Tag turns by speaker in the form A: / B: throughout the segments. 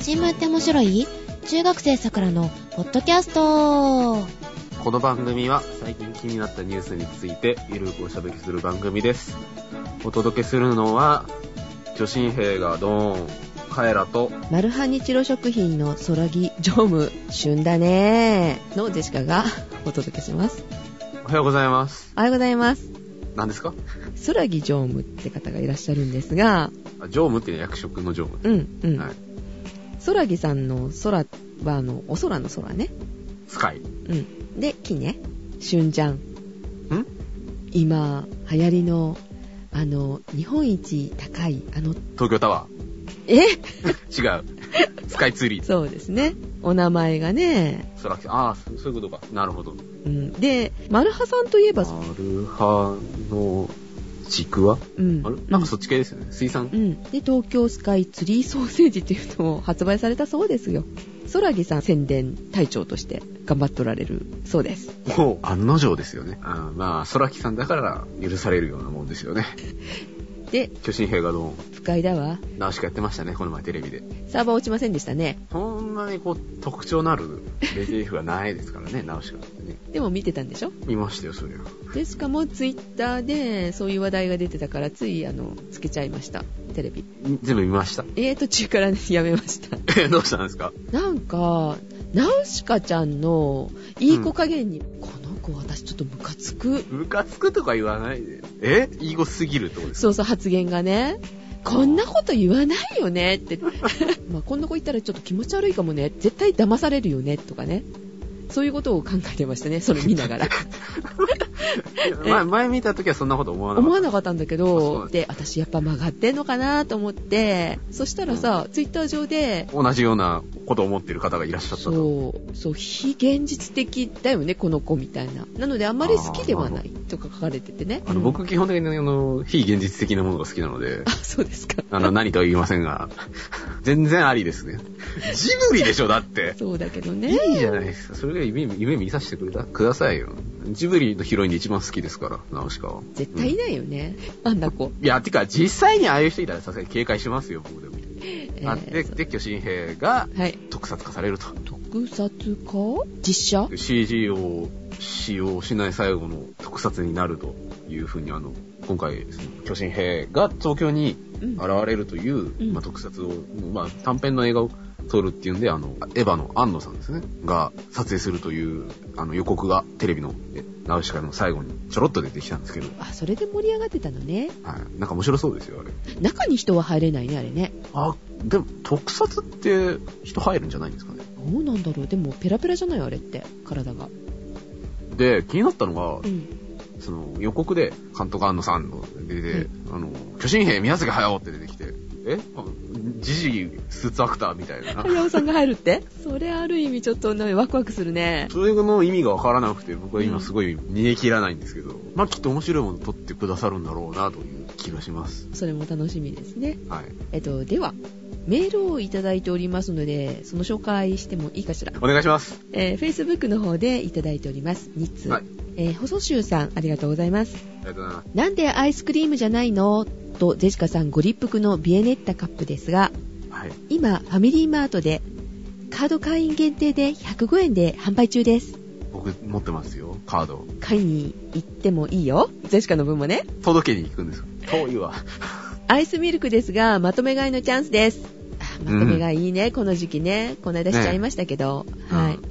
A: 新聞って面白い中学生さくらのポッドキャスト
B: この番組は最近気になったニュースについてゆるくおしゃべりする番組です。お届けするのは、巨神兵がドーン、カエラと、
C: マルハニチロ食品の空木常務、旬だねーのジェシカがお届けします。
B: おはようございます。
C: おはようございます。
B: 何ですか
C: 空木常務って方がいらっしゃるんですが、
B: あ常務っていうのは役職の常務。
C: うん、うん。
B: はい。
C: 空木さんの空は、あの、お空の空ね。
B: スカイ。ん
C: うん。で、木ね。旬ちゃん。今、流行りの、あの、日本一高い、あの、
B: 東京タワ
C: え
B: ー。違う。スカイツリー。
C: そうですね。お名前がね、
B: 空木さん。ああ、そうそういうことか。なるほど。
C: うん。で、マルハさんといえば、
B: アルハの、ちくわ
C: うん。
B: あれなんかそっち系ですよね。水産
C: う。ん。で、東京スカイツリーソーセージっていうのを発売されたそうですよ。空木さん宣伝隊長として頑張っておられるそうです。
B: もう、案の定ですよね。あーまあ、空木さんだから許されるようなもんですよね。
C: で、
B: 巨神兵がドーン。
C: 不快だわ。
B: ナウシカやってましたね、この前テレビで。
C: サーバー落ちませんでしたね。
B: そんなにこう、特徴のあるレリーフがないですからね、ナウシカってね。
C: でも見てたんでしょ
B: 見ましたよ、それは。
C: で、しかもツイッターでそういう話題が出てたから、つい、あの、つけちゃいました。テレビ。
B: 全部見ました。
C: えー、途中から、ね、 やめました。
B: え、どうしたんですか
C: なんか、ナウシカちゃんのいい子加減に、この子私ちょっとムカつく。
B: ムカつくとか言わないで。えいい子すぎるってことです
C: そうそう、発言がね。こんなこと言わないよね って。まあこんな子言ったらちょっと気持ち悪いかもね。絶対騙されるよねとかね。そういうことを考えてましたね。それ見なが ら。
B: か前前見た時はそんなこと思わなか
C: 思
B: っ
C: わ
B: た。
C: なかったんだけ
B: そうなん
C: ど、
B: だ
C: で、私やっぱ曲がってんのかなと思って、そしたらさ、ツイッター上で、
B: 同じようなことを思ってる方がいらっしゃったと。
C: そう、そう、非現実的だよね、この子みたいな。なのであんまり好きではないとか書かれててね。
B: あの、
C: うん
B: 僕基本的にあの、非現実的なものが好きなので
C: あ、、そうですか。
B: あの、何とは言いませんが、全然ありですね。ジブリでしょ、だって。
C: そうだけどね。
B: いいじゃないですか。それが夢、夢見させてくれた、くださいよ。ジブリのヒロインで一番好きですから、ナウシカは。
C: 絶対いないよね。あんな子。
B: いや、てか、実際にああいう人いたらさすがに警戒しますよ、僕でも。
C: え
B: あ
C: ー
B: で、
C: そう
B: で、巨神兵が
C: はい。
B: 特撮化されると。
C: 特撮か実写
B: CG を使用しない最後の特撮になるというふうに、あの、今回、その巨神兵が東京に
C: うん
B: 現れるという、
C: うん
B: まあ、特撮を、まあ、短編の映画を撮るっていうんで、あの、エヴァの安野さんですね、が撮影するという、あの、予告がテレビの、えナウシカの最後にちょろっと出てきたんですけど、
C: あ、それで盛り上がってたのね。
B: はい。なんか面白そうですよ、あれ。
C: 中に人は入れないね、あれね。
B: あ、でも、特撮って人入るんじゃないんですかね。
C: どうなんだろう。でも、ペラペラじゃないよあれって、体が。
B: で、気になったの
C: う
B: が、
C: ん。
B: その、予告で、監督安野さんの出て、あの、巨神兵宮崎駿って出てきて、えあジジイスーツアクターみたい な。
C: 早尾さんが入るってそれある意味ちょっとねワクワクするね。
B: それの意味がわからなくて、僕は
C: う
B: 今
C: ん
B: すごい煮え切らないんですけど、まあきっと面白いもの撮ってくださるんだろうなという気がします。
C: それも楽しみですね。
B: はい。
C: えっと、では、メールをいただいておりますので、その紹介してもいいかしら。
B: お願いします。
C: えー、Facebook の方でいただいております。ニッツ。
B: はい
C: えー、細修さん、ありがとうございます。
B: ありがとうございます。
C: なんでアイスクリームじゃないのと、ジェシカさんご立腹のビエネッタカップですが、
B: はい。
C: 今ファミリーマートでカード会員限定で105円で販売中です
B: 僕持ってますよ、カード。
C: 買いに行ってもいいよジェシカの分もね
B: 届けに行くんですよ。遠いわ。
C: アイスミルクですがまとめ買いのチャンスですあまとめ買いいいね、この時期ねこの間しちゃいましたけど、はい、
B: うん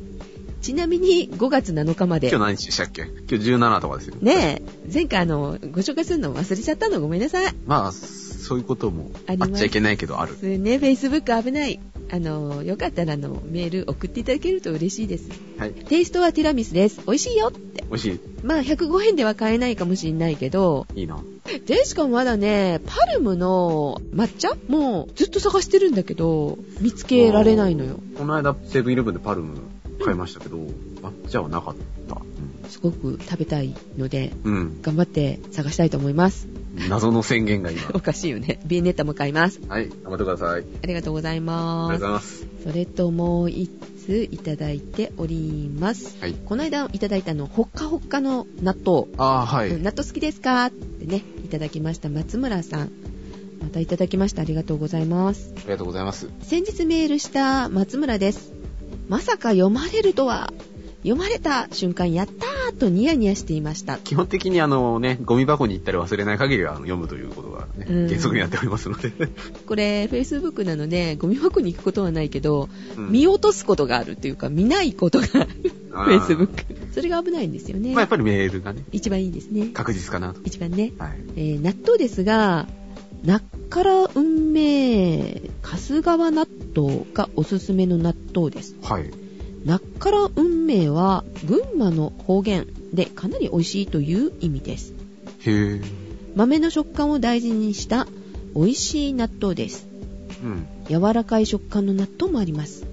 C: ちなみに5月7日まで
B: 今日何日でしたっけ今日17とかですよ。
C: ねえ前回あのご紹介するの忘れちゃったのごめんなさい
B: まあ、そういうことも
C: ありま
B: あっ
C: す
B: ちゃいけないけどある。
C: それね Facebook 危ないあのよかったらあのメール送っていただけると嬉しいです
B: はい。
C: テイストはティラミスです美味しいよって
B: 美味し
C: まあ105円では買えないかもしれないけど、
B: い。いいな。
C: でしかもまだね、パルムの抹茶もうずっと探してるんだけど、見つけられないのよ。
B: この間、セブンイレブンでパルム買いましたけど、抹茶はなかった。
C: すごく食べたいので、
B: うん。
C: 頑張って探したいと思います。
B: 謎の宣言が今。
C: おかしいよね。ビエネッタも買います。
B: はい。頑張ってください。あり
C: ありがとうござい
B: がとう
C: ま
B: ご
C: す
B: ざ。います。
C: それともう一通いただいております。
B: はい。
C: この間いただいたの、ほっかほっかの納豆。
B: ああ、はい。
C: うん納豆好きですかってね、いただきました松村さん。またいただきましたありがとうございます
B: りがとうございます。
C: 先日メールした松村ですまさか読まれるとは読まれた瞬間やったーとニヤニヤしていました
B: 基本的にあのね、ゴミ箱に行ったり忘れない限りはあの読むということがね、
C: うん
B: 原則になっております ので、
C: これ Facebook なのでゴミ箱に行くことはないけど、
B: うん
C: 見落とすことがあるというか見ないことがある
B: あー
C: Facebook それが危ないんですよね、
B: まあやっぱりメールがね、
C: 一番いいですね
B: 確実かなと。
C: 一番ね、
B: はい。
C: えー納豆ですがなっから運命春日川納豆がおすすめの納豆です
B: はい。
C: なっから運命は群馬の方言でかなり美味しいという意味です
B: へぇ
C: 豆の食感を大事にした美味しい納豆です
B: うん。
C: 柔らかい食感の納豆もあります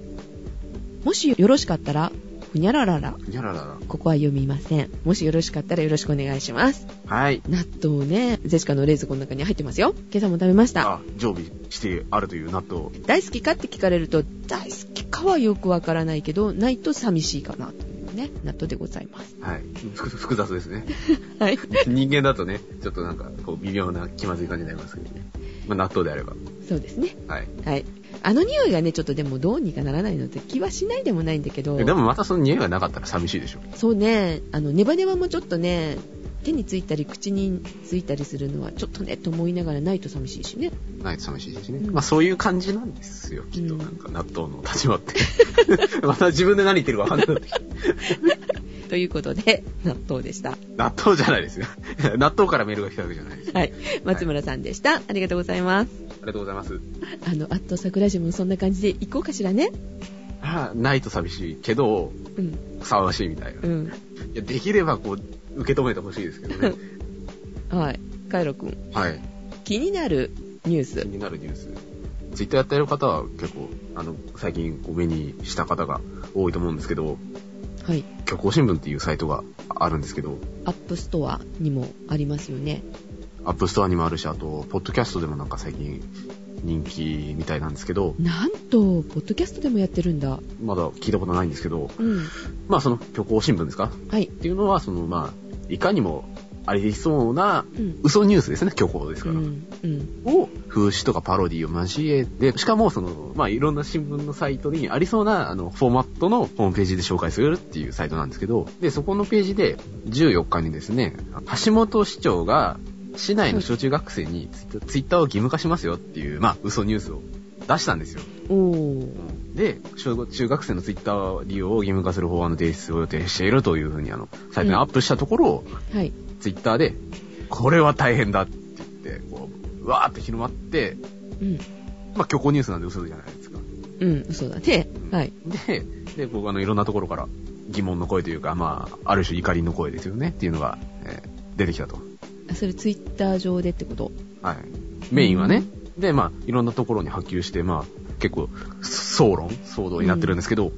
C: もしよろしかったらふにゃららら
B: にゃららら。
C: ここは読みませんもしよろしかったらよろしくお願いします
B: はい。
C: 納豆ねゼシカの冷蔵庫の中に入ってますよ今朝も食べました
B: あ、常備してあるという納豆。
C: 大好きかって聞かれると大好きかはよくわからないけどないと寂しいかなというね納豆でございます
B: はい。複複雑ですね。
C: はい
B: 人間だとね、ちょっとなんか、こう、微妙な気まずい感じになりますけどね。まあ、納豆であれば。
C: そうですね
B: はい。
C: はいあの匂いがねちょっとでもどうにかならないのって気はしないでもないんだけど
B: でもまたその匂いがなかったら寂しいでしょ。
C: そうねあのネバネバもちょっとね手についたり口についたりするのはちょっとねと思いながらないと寂しいしね
B: ないと寂しいですね。
C: うん
B: まあそういう感じなんですよ、きっと。
C: うん
B: なんか納豆の立場って。 また自分で何言ってるかわかんなくなってき た
C: ということで 納豆でした
B: 納豆じゃないですよ。 納豆からメールが来たわけじゃないです。
C: はい松村さんでした、ありがとうございます
B: ありがとうございます。
C: あのあっと桜島もそんな感じで行こうかしらね
B: あないと寂しいけど、
C: うん
B: 騒がしいみたいな。
C: う
B: い
C: ん
B: や、できればこう、受け止めてほしいですけ どね。
C: はいカイロ君
B: はい。
C: 気になるニュース
B: 気になるニュース。ツイッターやってる方は結構、あの、最近お目にした方が多いと思うんですけど、
C: はい
B: 虚構新聞っていうサイトがあるんですけど、
C: アップストアにもありますよね
B: アップストアにもあるし、あと、ポッドキャストでもなんか最近人気みたいなんですけど、
C: なんとポッドキャストでもやってるんだ
B: まだ聞いたことないんですけど、
C: うん
B: まあその虚構新聞ですか
C: はい
B: っていうのは、そのまあ、いかにもありそうな
C: うん
B: 嘘ニュースですね、虚構です
C: う
B: から。
C: んうん
B: を風刺とかパロディを交えて、しかもその、まあ、いろんな新聞のサイトにありそうな、あの、フォーマットのホームページで紹介するっていうサイトなんですけど、で、そこのページで14日にですね、橋本市長が市内の小中学生にツイッターツイッターを義務化しますよっていう、まあ、嘘ニュースを出したんですよ。
C: おー
B: で、小中学生のツイッター利用を義務化する法案の提出を予定しているというふうに、あの、サイトにアップしたところ、
C: はい
B: ツイッターで、これは大変だって言って、こう、うわーって広まって、
C: うん
B: まあ、虚構ニュースなんで嘘じゃないですか。
C: うん、嘘だね。はい。
B: で、で、僕あの、いろんなところから疑問の声というか、まあ、ある種怒りの声ですよねっていうのが、えー出てきたと。
C: あそれツイッター上でってこと
B: はい。メインはね。で、まあ、いろんなところに波及して、まあ、結構、騒論騒動になってるんですけど、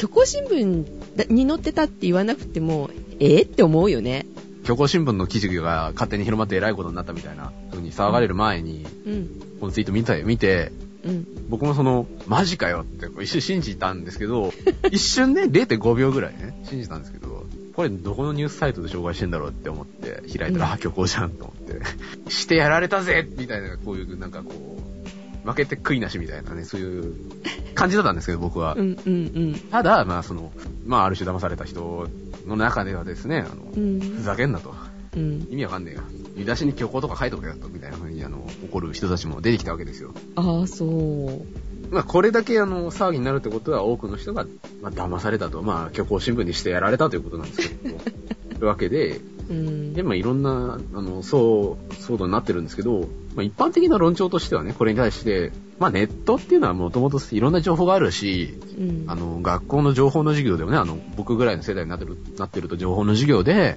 C: 虚構新聞に載ってたって言わなくても、えー、って思うよね。
B: 虚構新聞の記事が勝手に広まって偉いことになったみたいな風に騒がれる前に、
C: うん。
B: このツイート見た見て、
C: うん。
B: 僕もその、マジかよって一瞬信じたんですけ ど、一瞬ね、0.5秒ぐらいね、信じたんですけど、これどこのニュースサイトで紹介してんだろうって思って、開いた
C: うん
B: ら、あ、虚構じゃんと思って、してやられたぜみたいな、こういう、なんかこう、負けて悔いなしみたいなね、そういう感じだったんですけど、僕は
C: う。ん、うん、
B: ただ、まあその、まあある種騙された人の中ではですね、あの、
C: うん。うん
B: ふざけんなと。
C: うん。
B: 意味わかんねえよ。見出しに虚構とか書いとけよと、みたいな風に、あの、怒る人たちも出てきたわけですよ。
C: ああ、そう。
B: まあ、これだけあの騒ぎになるってことは多くの人が、まあ、騙されたと、まあ、虚構新聞にしてやられたということなんですけど、というわけで、
C: うん。
B: で、まあ、いろんな、あの、そう、騒動になってるんですけど、まあ、一般的な論調としてはね、これに対して、まあ、ネットっていうのはもともといろんな情報があるし、
C: うん。
B: あの、学校の情報の授業でもね、あの、僕ぐらいの世代になってる、なってると情報の授業で、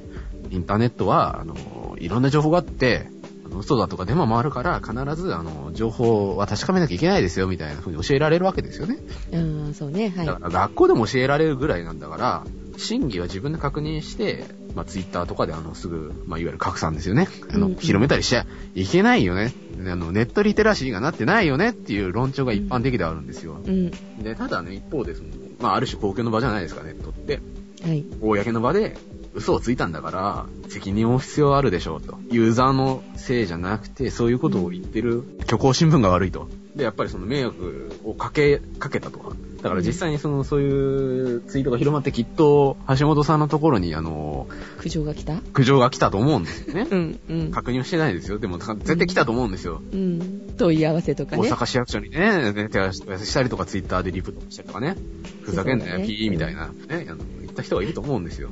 B: インターネットは、あの、いろんな情報があって、あの嘘だとかデマもあるから、必ず、あの、情報は確かめなきゃいけないですよ、みたいな風に教えられるわけですよね。
C: ああ、そうね。はい
B: だ。から、学校でも教えられるぐらいなんだから、真偽は自分で確認して、まあ、ツイッターとかで、あの、すぐ、まあ、いわゆる拡散ですよね。あ
C: う
B: の、
C: ん
B: 広めたりしちゃいけないよね。あの、ネットリテラシーがなってないよねっていう論調が一般的ではあるんですよ。
C: うん。
B: で、ただね、一方で、その、まあ、ある種公共の場じゃないですか、ネットって。
C: はい。
B: 公の場で、嘘をついたんだから、責任を負う必要あるでしょうと。ユーザーのせいじゃなくて、そういうことを言ってる虚構新聞が悪いと。で、やっぱりその迷惑をかけ、かけたとか。だから実際にその、そういうツイートが広まってきっと、橋本さんのところに、あの、
C: 苦情が来た
B: 苦情が来たと思うんですよね。
C: うん、うん。
B: 確認はしてないですよ。でも、絶対来たと思うんですよ。
C: うん。問い合わせとか
B: 大
C: ね。
B: 阪市役所にね、手足したりとか、ツイッターでリプとかしたりとかね、ふざけん
C: そ
B: な
C: うだ
B: よ、
C: ね
B: ピーみたいな、ね、あの言った人がいると思うんですよ。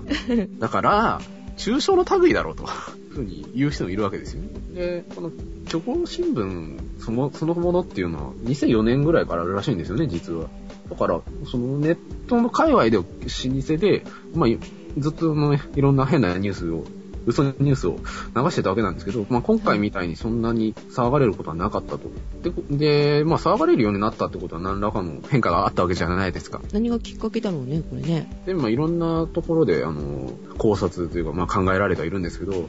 B: だから、中傷の類だろうと、ふうに言う人もいるわけですよね。で、この虚構新聞そのそのものっていうのは、2004年ぐらいからあるらしいんですよね、実は。だから、そのネットの界隈で老舗で、まあ、ずっとの、ね、いろんな変なニュースを、嘘のニュースを流してたわけなんですけど、まあ、今回みたいにそんなに騒がれることはなかったと。で、こでまあ、騒がれるようになったってことは何らかの変化があったわけじゃないですか。
C: 何がきっかけだろうね、これね。
B: で、まあ、いろんなところで、あの、考察というか、まあ、考えられてはいるんですけど、
C: は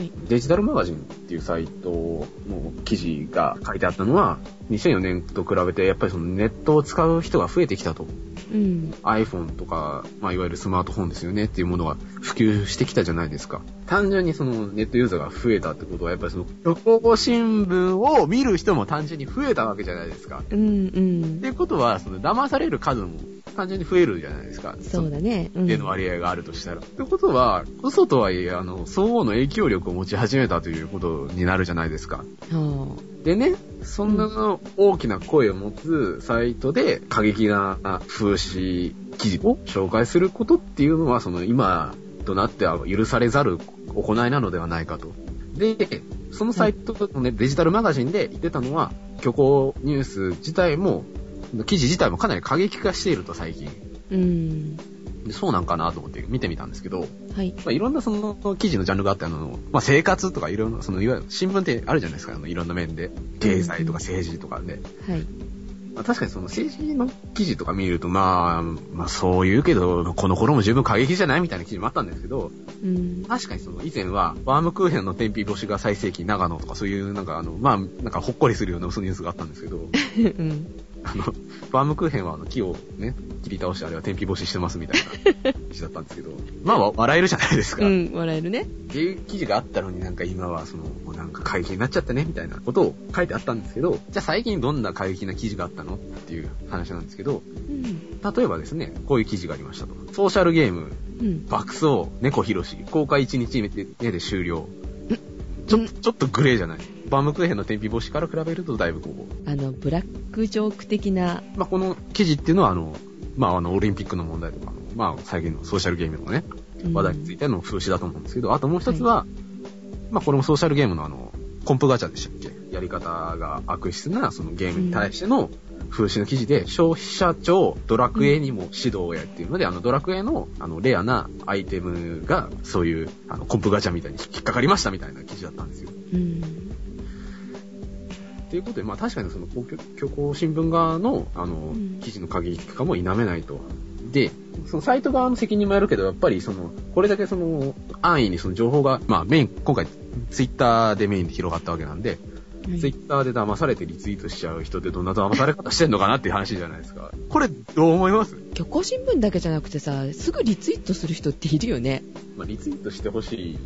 C: い。
B: デジタルマガジンっていうサイトの記事が書いてあったのは、2004年と比べて、やっぱりそのネットを使う人が増えてきたと。
C: うん。
B: iPhone とか、まあ、いわゆるスマートフォンですよねっていうものが普及してきたじゃないですか。単純にそのネットユーザーが増えたってことは、やっぱりその、旅行新聞を見る人も単純に増えたわけじゃないですか。
C: うん、う
B: っ
C: ん
B: て。いうことは、その騙される数も単純に増えるじゃないですか。
C: そうだね。う
B: の
C: ん。
B: 手の割合があるとしたら。ってことは、嘘とはいえ、あの、相応の影響力を持ち始めたということになるじゃないですか。
C: は
B: でね、そんなの大きな声を持つサイトで過激な風刺記事を紹介することっていうのは、その今となっては許されざる行いなのではないかと。で、そのサイトのね、デジタルマガジンで言ってたのは、虚構ニュース自体も、記事自体もかなり過激化していると最近。
C: あ。うん。
B: でそうなんかなと思って見てみたんですけど、
C: はい。
B: まあ、いろんなその記事のジャンルがあって、あの、まあ、生活とかいろんな、その、いわゆる新聞ってあるじゃないですか、あの、いろんな面で。経済とか政治とかで。
C: はい。
B: まあ、確かにその政治の記事とか見ると、まあ、まあそう言うけど、この頃も十分過激じゃないみたいな記事もあったんですけど、
C: うん。
B: 確かにその以前は、バームクーヘンの天日干しが最盛期長野とかそういうなんかあの、まあなんかほっこりするような嘘ニュースがあったんですけど、
C: うん。
B: あの、バームクーヘンはあの木をね、切り倒してあれは天日干ししてますみたいな記事だったんですけど、まあわ笑えるじゃないですか。
C: うん。笑えるね。
B: っていう記事があったのになんか今はその、もうなんか過激になっちゃったねみたいなことを書いてあったんですけど、じゃあ最近どんな過激な記事があったのっていう話なんですけど、
C: うん。
B: 例えばですね、こういう記事がありましたと。ソーシャルゲーム、
C: うん。
B: 爆走、猫ひろし、公開1日目で目で終了。ちょ、ちょっとグレーじゃない。バームクーヘンの天日干しから比べるとだいぶこう。
C: あの、ブラックジョーク的な、
B: まあ、この記事っていうのはあの、まあ、あの、オリンピックの問題とかの、まあ、最近のソーシャルゲームのね、
C: うん
B: 話題についての風刺だと思うんですけど、あともう一つは、まあ、これもソーシャルゲームのあの、コンプガチャでしたっけやり方が悪質な、そのゲームに対しての風刺の記事で、消費者庁ドラクエにも指導をやっているので、あの、ドラクエの、あの、レアなアイテムが、そういう、あの、コンプガチャみたいに引っかかりましたみたいな記事だったんですよ。
C: うん。
B: っていうことで、まあ確かにその公共虚構新聞側の、あの
C: ん、
B: 記事の過激化も否めないと。で、そのサイト側の責任もやるけど、やっぱりその、これだけその、安易にその情報が、まあメイン、今回、ツイッターでメインで広がったわけなんで、
C: はい
B: ツイッターで騙されてリツイートしちゃう人ってどんな騙され方してんのかなっていう話じゃないですか。これ、どう思います
C: 虚構新聞だけじゃなくてさ、すぐリツイートする人っているよね。
B: まあリツイートしてほしい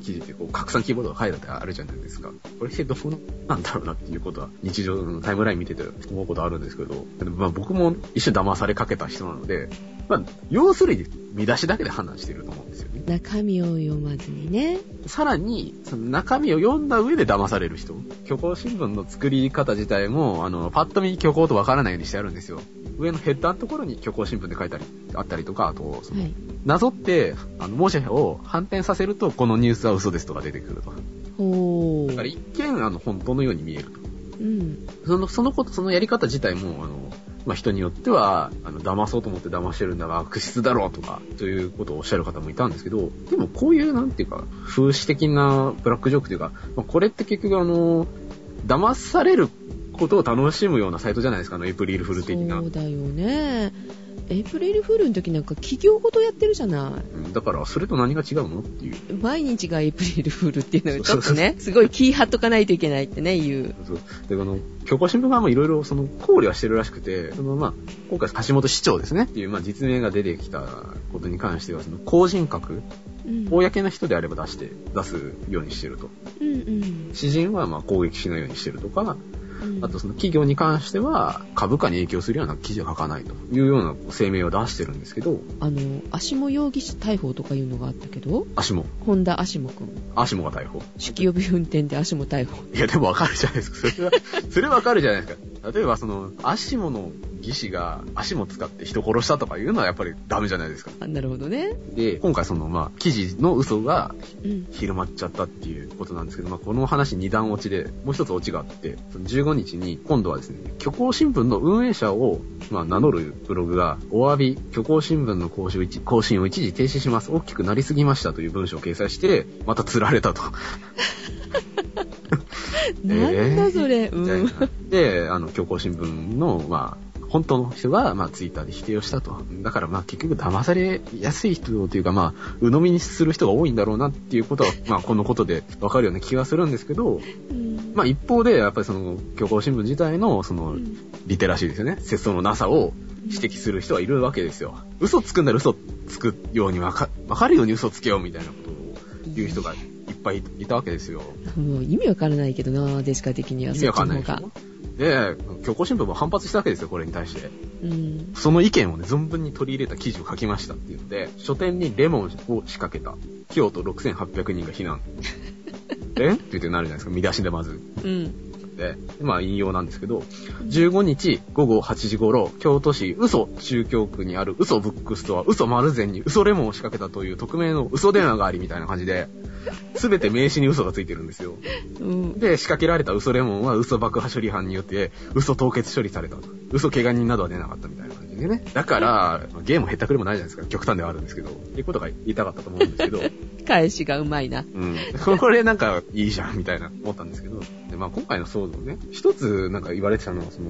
B: 記事って、こう、拡散キーボードが書いてあるじゃないですか。これってどうなんだろうなっていうことは、日常のタイムライン見てて思うことあるんですけど、まあ僕も一緒に騙されかけた人なので、まあ、要するに見出しだけで判断していると思うんですよね。
C: 中身を読まずにね。
B: さらに、その中身を読んだ上で騙される人。虚構新聞の作り方自体も、あの、パッと見虚構とわからないようにしてあるんですよ。上のヘッダーのところに虚構新聞で書いたり、あったりとか、あと、その
C: はい。
B: なぞって、あの、文字を反転させると、このニュースは嘘ですとか出てくると。だ
C: ほ
B: から
C: ー。
B: 一見、あの、本当のように見えると。
C: うん。
B: その、そのこと、そのやり方自体も、あの、まあ、人によっては、あの、騙そうと思って騙してるんだが、悪質だろうとか、ということをおっしゃる方もいたんですけど、でもこういう、なんていうか、風刺的なブラックジョークというか、まあ、これって結局あの、騙されることを楽しむようなサイトじゃないですか、あの、エイプリルフル的な
C: そ。うだよね。エイプリルフールの時なんか企業ごとやってるじゃな
B: うんだから、それと何が違うのっていう。
C: い。毎日がエイプリルフールっていうのがちょっと
B: そうそう
C: ね、すごい気張っとかないといけないってね、言う。
B: そう。で、あの、虚構新聞側もいろいろその考慮はしてるらしくて、そのまあ、今回橋本市長ですねっていう、まあ実名が出てきたことに関しては、その公人格
C: うん
B: 公の人であれば出して、出すようにしてると。
C: うんうん
B: 詩人はまあ攻撃しないようにしてるとか、
C: うん
B: あとその企業に関しては株価に影響するような記事は書かないというような声明を出してるんですけど、
C: あの足も容疑者逮捕とかいうのがあったけど
B: 足も、
C: 本田足もくん
B: 足もが逮捕。
C: 酒気帯び運転で足も逮捕
B: いや、でもわかるじゃないですか。それは、それわかるじゃないですか。例えば、その、足もの技師が足も使って人殺したとかいうのはやっぱりダメじゃないですか。
C: あなるほどね
B: で、今回その、まあ、記事の嘘が
C: うん
B: 広まっちゃったっていうことなんですけど、まあ、この話二段落ちで、もう一つ落ちがあって、その15日に、今度はですね、虚構新聞の運営者を、まあ、名乗るブログが、お詫び、虚構新聞の更新を一更新を一時停止します。大きくなりすぎましたという文章を掲載して、また釣られたと。
C: なんだそれ、
B: みたい
C: うん
B: な。で、あの、強行新聞の、まあ、本当の人が、まあ、ツイッターで否定をしたと。だから、まあ、結局、騙されやすい人というか、まあ、鵜呑みにする人が多いんだろうなっていうことは、まあ、このことでわかるような気がするんですけど、
C: うん
B: まあ、一方で、やっぱりその、強行新聞自体の、そうの、
C: ん
B: リテラシーですよね。節操のなさを指摘する人はいるわけですよ。嘘つくなら嘘つくようにわか、わかるように嘘つけようみたいなことを言う人がいっぱいいたわけですよ。
C: もう意味わからないけどなデジカ的には
B: 意味わかんない
C: そっち
B: でし
C: の方が
B: ょ。で、虚構新聞も反発したわけですよ、これに対して。
C: うん
B: その意見をね、存分に取り入れた記事を書きましたっていうので、書店にレモンを仕掛けた。京都6800人が避難。えって言ってなるじゃないですか、見出しでまず。
C: うん
B: で、まあ引用なんですけど、15日午後8時頃、京都市嘘中京区にある嘘ブックストア、嘘丸善に嘘レモンを仕掛けたという匿名の嘘電話がありみたいな感じで、すべて名刺に嘘がついてるんですよ。
C: うん
B: で、仕掛けられた嘘レモンは嘘爆破処理班によって嘘凍結処理されたと。嘘怪我人などは出なかったみたいな感じでね。だから、ゲーム減ったくれもないじゃないですか。極端ではあるんですけど。っていうことが言いたかったと思うんですけど。
C: 返しがうまいな
B: うん。これなんかいいじゃんみたいな思ったんですけど。で、まあ今回の騒動ね。一つなんか言われてたのは、その、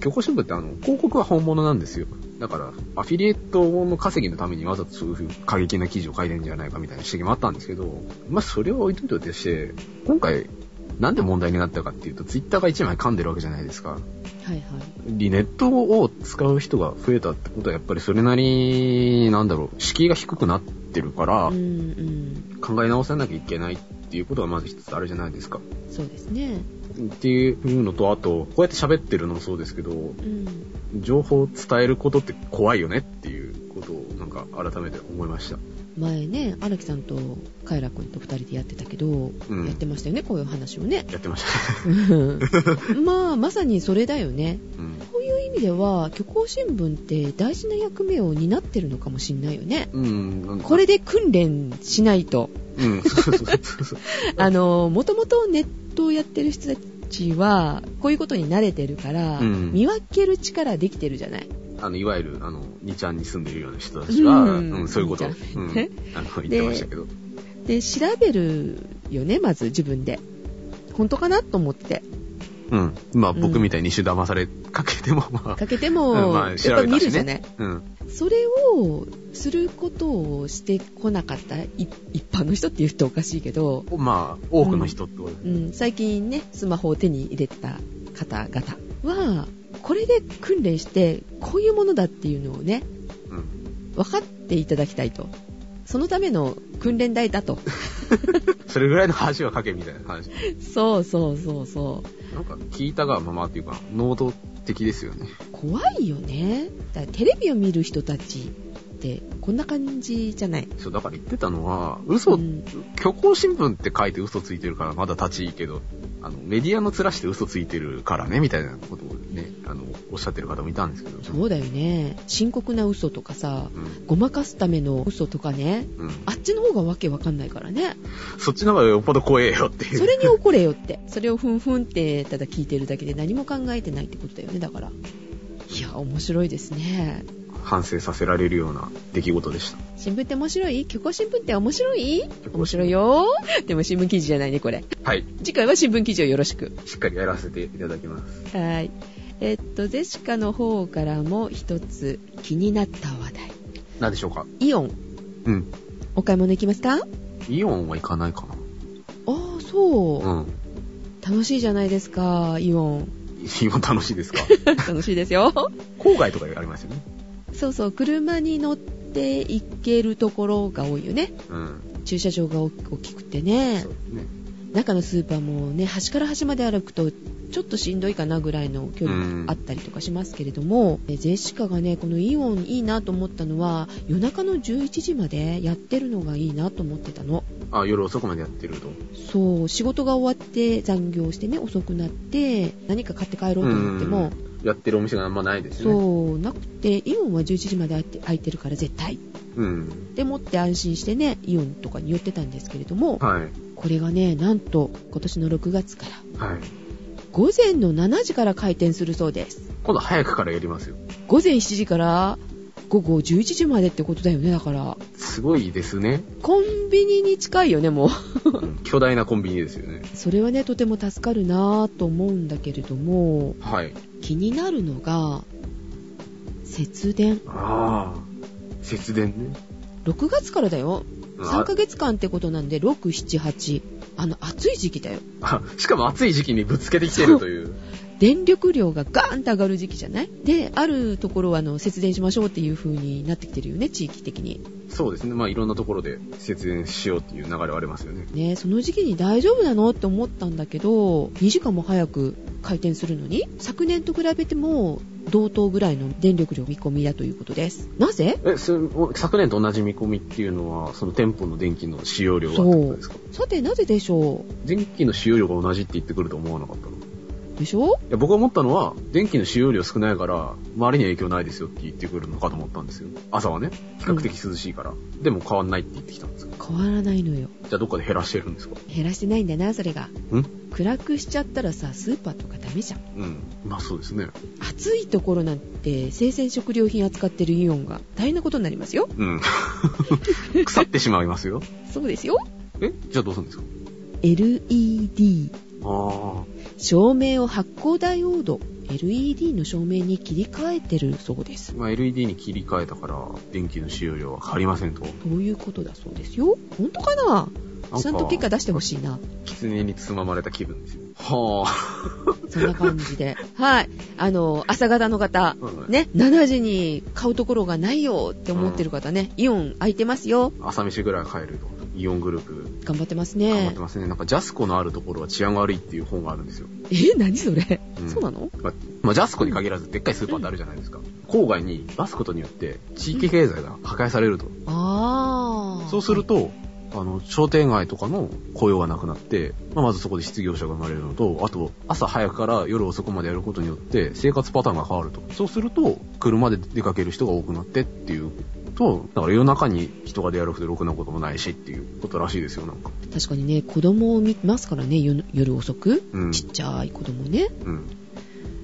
B: 虚構新聞ってあの、広告は本物なんですよ。だから、アフィリエイトの稼ぎのためにわざとそういう過激な記事を書いてんじゃないかみたいな指摘もあったんですけど、まあそれを置いといておいてして、今回、なんで問題になったかっていうと、ツイッターが1枚噛んでるわけじゃないですか。
C: はいはい
B: リネットを使う人が増えたってことは、やっぱりそれなり、なんだろう、敷居が低くなってるから、
C: うんうん
B: 考え直さなきゃいけないっていうことがまず一つあるじゃないですか。
C: そうですね
B: っていうのと、あと、こうやって喋ってるのもそうですけど、
C: うん
B: 情報を伝えることって怖いよねっていうことを、なんか改めて思いました。
C: 前ね荒木さんとカイラ君と2人でやってたけど、
B: うん
C: やってましたよねこういう話を ね
B: やってましたね。
C: まあまさにそれだよね
B: うん。
C: こういう意味では虚構新聞って大事な役目を担ってるのかもしんないよね
B: うんなんか。
C: これで訓練しないと
B: うん、そうそうそうそう。
C: あのもともとネットをやってる人たちはこういうことに慣れてるから、
B: うん
C: 見分ける力できてるじゃない
B: あの、いわゆる、あの、2ちゃんに住んでいるような人たちは、
C: う
B: うんん、そういうことを、う
C: 二ちゃん
B: ん
C: ね、
B: あの、言ってましたけど。
C: で調べるよねまず自分で本当かなと思って
B: うん。まあ、
C: うん
B: 僕みたいに一周騙されかけても、まあ、
C: かけて
B: う
C: も、
B: んまあ
C: やっ
B: 調
C: ぱ
B: べたしね
C: 見るじゃない
B: うん。
C: それをすることをしてこなかったい一般の人っていう人おかしいけど、
B: まあ、多くの人ってことです
C: う
B: ね
C: ん、最近ねスマホを手に入れた方々はこれで訓練してこういうものだっていうのをね
B: うん。
C: 分かっていただきたいとそのための訓練台だと
B: それぐらいの話はかけみたいな話。
C: そうそうそうそう
B: なんか聞いたがままっていうか、能動的ですよね。
C: 怖いよねだからテレビを見る人たちってこんな感じじゃない
B: そう、だから言ってたのは、嘘、
C: ん
B: 虚構新聞って書いて嘘ついてるからまだ立ちいいけど、あの、メディアの面して嘘ついてるからね、みたいなことをね、あの、おっしゃってる方もいたんですけど。
C: そうだよね深刻な嘘とかさ
B: うん。
C: ごまかすための嘘とかね
B: うん。
C: あっちの方がわけわかんないからね
B: そっちの方がよっぽど怖えよっていう。
C: それに怒れよってそれをふんふんってただ聞いてるだけで何も考えてないってことだよねだからいや面白いですね
B: 反省させられるような出来事でした。
C: 新聞って面白い虚構新聞って面白い
B: 構
C: 面白いよでも新聞記事じゃないねこれ
B: はい。
C: 次回は新聞記事をよろしく
B: しっかりやらせていただきます。
C: はい。えっと、ゼシカの方からも一つ気になった話題。
B: 何でしょうか
C: イオン、
B: うん。
C: お買い物行きますかあ
B: イオンは行かないかな。
C: あ、そう、
B: うん。
C: 楽しいじゃないですか、イオン。
B: イオン楽しいですか
C: 楽しいですよ。
B: 郊外とかありますよね。
C: そうそう、車に乗って行けるところが多いよね。
B: うん。
C: 駐車場が大き大きくてね
B: そうですね。
C: 中のスーパーもね端から端まで歩くとちょっとしんどいかなぐらいの距離があったりとかしますけれども、えジェシカがねこのイオンいいなと思ったのは夜中の11時までやってるのがいいなと思ってたの
B: あ、夜遅くまでやってると。
C: そう仕事が終わって残業してね遅くなって何か買って帰ろうと思っても、
B: やってるお店があんまないですね。
C: そうなくてイオンは11時まで開いて開いてるから絶対
B: うん。
C: でもって安心してねイオンとかに寄ってたんですけれども、
B: はい。
C: これがねなんと今年の6月から
B: はい。
C: 午前の7時から開店するそうです
B: 今度早くからやりますよ。
C: 午前7時から午後11時までってことだよねだから
B: すごいですね。
C: コンビニに近いよねもう
B: うん巨大なコンビニですよね。
C: それはねとても助かるなぁと思うんだけれども
B: はい。
C: 気になるのが節電
B: ああ。節電ね。
C: 6月からだよ3
B: あ
C: ヶ月間ってことなんで678あの暑い時期だよ
B: あしかも暑い時期にぶつけてきてると いう。
C: 電力量がガーンと上がる時期じゃないであるところはあの節電しましょうっていう風になってきてるよね地域的に
B: そうですね。まあいろんなところで節電しようっていう流れはありますよね。
C: ねその時期に大丈夫なのって思ったんだけど2時間も早く開店するのに昨年と比べても同等ぐらいの電力量見込みだということですなぜ
B: え、それ昨年と同じ見込みっていうのは、その店舗の電気の使用量がってことですか
C: さてなぜでしょ
B: 電気の使用量が同じって言ってくると思わなかったの
C: うでしょ
B: いや僕が思ったのは、電気の使用量少ないから、周りには影響ないですよって言ってくるのかと思ったんですよ。朝はね、比較的涼しいから。でも変わんないって言ってきたんですよ
C: 変わらないのよ
B: じゃあどっかで減らしてるんですか
C: 減らしてないんだなそれが
B: ん
C: 暗くしちゃったらさスーパーとかダメじゃん
B: うん。まあそうですね。
C: 暑いところなんて生鮮食料品扱ってるイオンが大変なことになりますよ
B: うん。 腐ってしまいますよ。
C: そうですよ
B: えじゃあどうするんですか
C: LED
B: あ
C: 照明を発光ダイオード LED の照明に切り替えてるそうです
B: あ。まあ LED に切り替えたから、電気の使用量は変わりませんと。
C: そういうことだそうですよ本当かなちゃんと結果出してほしいな
B: 狐につままれた気分ですよ。は
C: そんな感じで はいあの朝方の方
B: あ。 うん
C: ね7時に買うところがないよって思ってる方ね、イオン空いてますよ
B: 朝飯ぐらい帰ると。イオングループ
C: 頑張ってます
B: 頑張っ
C: ね
B: てますね。なんか、ジャスコのあるところは治安が悪いっていう本があるんですよ。
C: え何それ、
B: うん
C: そうなの
B: まあ、ジャスコに限らず、でっかいスーパーってあるじゃないですか。郊外に出すことによって、地域経済が破壊されると。
C: ああ
B: そうすると、あの、商店街とかの雇用がなくなって、まあ、まずそこで失業者が生まれるのと、あと、朝早くから夜遅くまでやることによって、生活パターンが変わると。そうすると、車で出かける人が多くなってっていうと、だから夜中に人が出歩くとろくなこともないしっていうことらしいですよ、なんか。
C: 確かにね子供を見ますからね夜夜遅く
B: うん。
C: ちっちゃい子供ね
B: うん。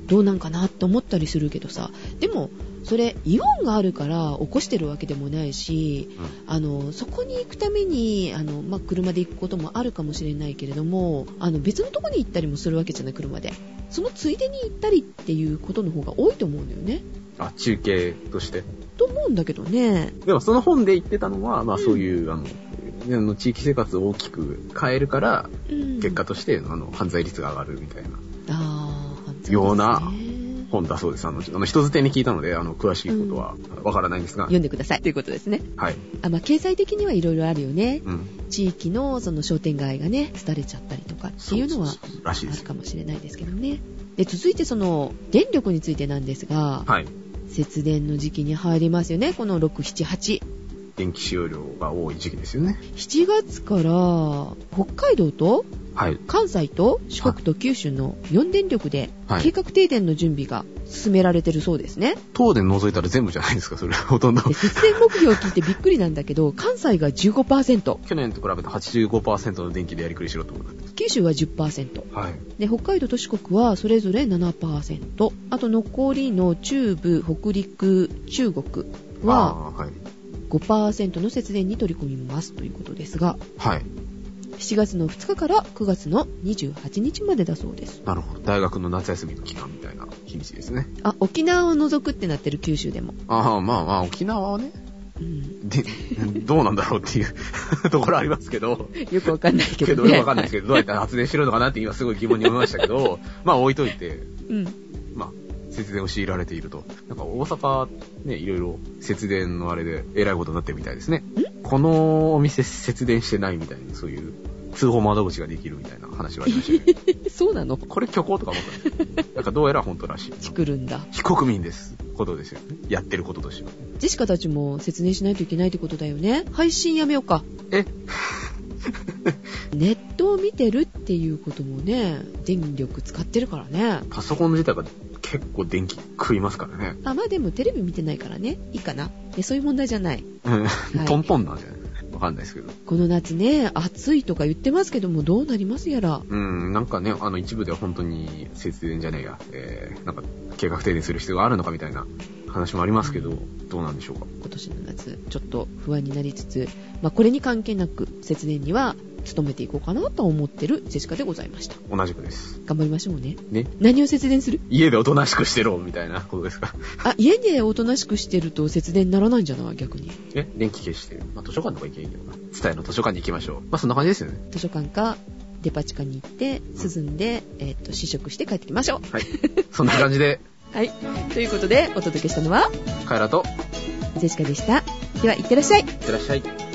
C: どうなんかなって思ったりするけどさでもそれイオンがあるから起こしてるわけでもないし、あのそこに行くためにあの、まあ、車で行くこともあるかもしれないけれどもあの別のとこに行ったりもするわけじゃない車でそのついでに行ったりっていうことの方が多いと思うんだよね
B: あ、中継として。
C: と思うんだけどね
B: でもその本で言ってたのは、まあそういう、あのね、あの、地域生活を大きく変えるから、
C: うん
B: 結果として、あの、犯罪率が上がるみたいな
C: あー犯罪ですね
B: ような本だそうです。あの、あの人づてに聞いたので、あの、詳しいことはわからないんですが、
C: 読んでくださいということですね
B: はい。
C: あ、まあ、経済的にはいろいろあるよね
B: うん。
C: 地域のその商店街がね廃れちゃったりとかっていうのは
B: そそそらしい
C: あ
B: で
C: る
B: す。
C: かもしれないですけどねで続いてその電力についてなんですが、
B: はい。
C: 節電の時期に入りますよねこの678
B: 電気使用量が多い時期ですよね。
C: 7月から北海道と
B: はい。
C: 関西と四国と九州の4電力で
B: は
C: 計
B: い。
C: 画停電の準備が進められてるそうですね。
B: 東電除いたら全部じゃないですか、それ。 ほとんど。
C: で節電目標を聞いてびっくりなんだけど、関西が15%、
B: 去年と比べて85%の電気でやりくりしろってことです。
C: 九州は10%、
B: はい。
C: で北海道と四国はそれぞれ7%あと残りの中部北陸中国は
B: あー、はい。
C: 5%の節電に取り込みますということですが
B: はい。
C: 7月の2日から9月の28日までだそうです
B: なるほど。大学の夏休みの期間みたいな日にちですね。
C: あ沖縄を除くってなってる九州でも、
B: ああ、まあまあ、沖縄はね、
C: うん、
B: で、どうなんだろうっていう ところありますけど、
C: よくわかんないけ
B: け
C: ど
B: ど、
C: ね
B: よくわかんないですけど、どうやって発電してるのかなって今すごい疑問に思いましたけ ど、まあ置いといて、
C: うん、
B: まあ、節電を強いられていると。なんか大阪、ね、いろいろ節電のあれで偉いことになってるみたいですね。このお店節電してないみたいな、そういう通報窓口ができるみたいな話はありましたけど、
C: そうな の
B: これ虚構とか思ったんですけど、なんかどうやら本当らしい。
C: 作るんだ。
B: 非国民です。ことですよね。やってることとしては。
C: ジェシカたちも説明しないといけないってことだよね。配信やめようか。
B: え
C: ネットを見てるっていうこともね、電力使ってるからね。
B: パソコン自体が結構電気食いますからね。
C: あ、まあでもテレビ見てないからね、いいかな。いやそういう問題じゃない。
B: うん
C: はい
B: トンポンなんじゃないわかんないですけど。
C: この夏ね、暑いとか言ってますけども、どうなりますやら。
B: うん、なんかね、あの一部では本当に節電じゃねえや、えー、なんか計画停電する必要があるのかみたいな話もありますけど、どうなんでしょうか。
C: 今年の夏、ちょっと不安になりつつ、まあこれに関係なく、節電には努めていこうかなと思ってるジェシカでございました。
B: 同じくです。
C: 頑張りましょうね。
B: ね。
C: 何を節電する
B: 家でおとなしくしてろみたいなことですか。
C: あ、家でおとなしくしてると節電にならないんじゃない逆に。
B: え、電気消して。まあ、図書館とか行けばいいけどな。伝えの図書館に行きましょう。まあ、そんな感じですよね。
C: 図書館かデパ地下に行って涼んで、えっと試食して帰ってきましょ
B: はい。そんな感じで、
C: うはいということでお届けしたのは
B: カエラと、
C: ジェシカでしたでは行ってらっしゃい
B: いってらっしゃい。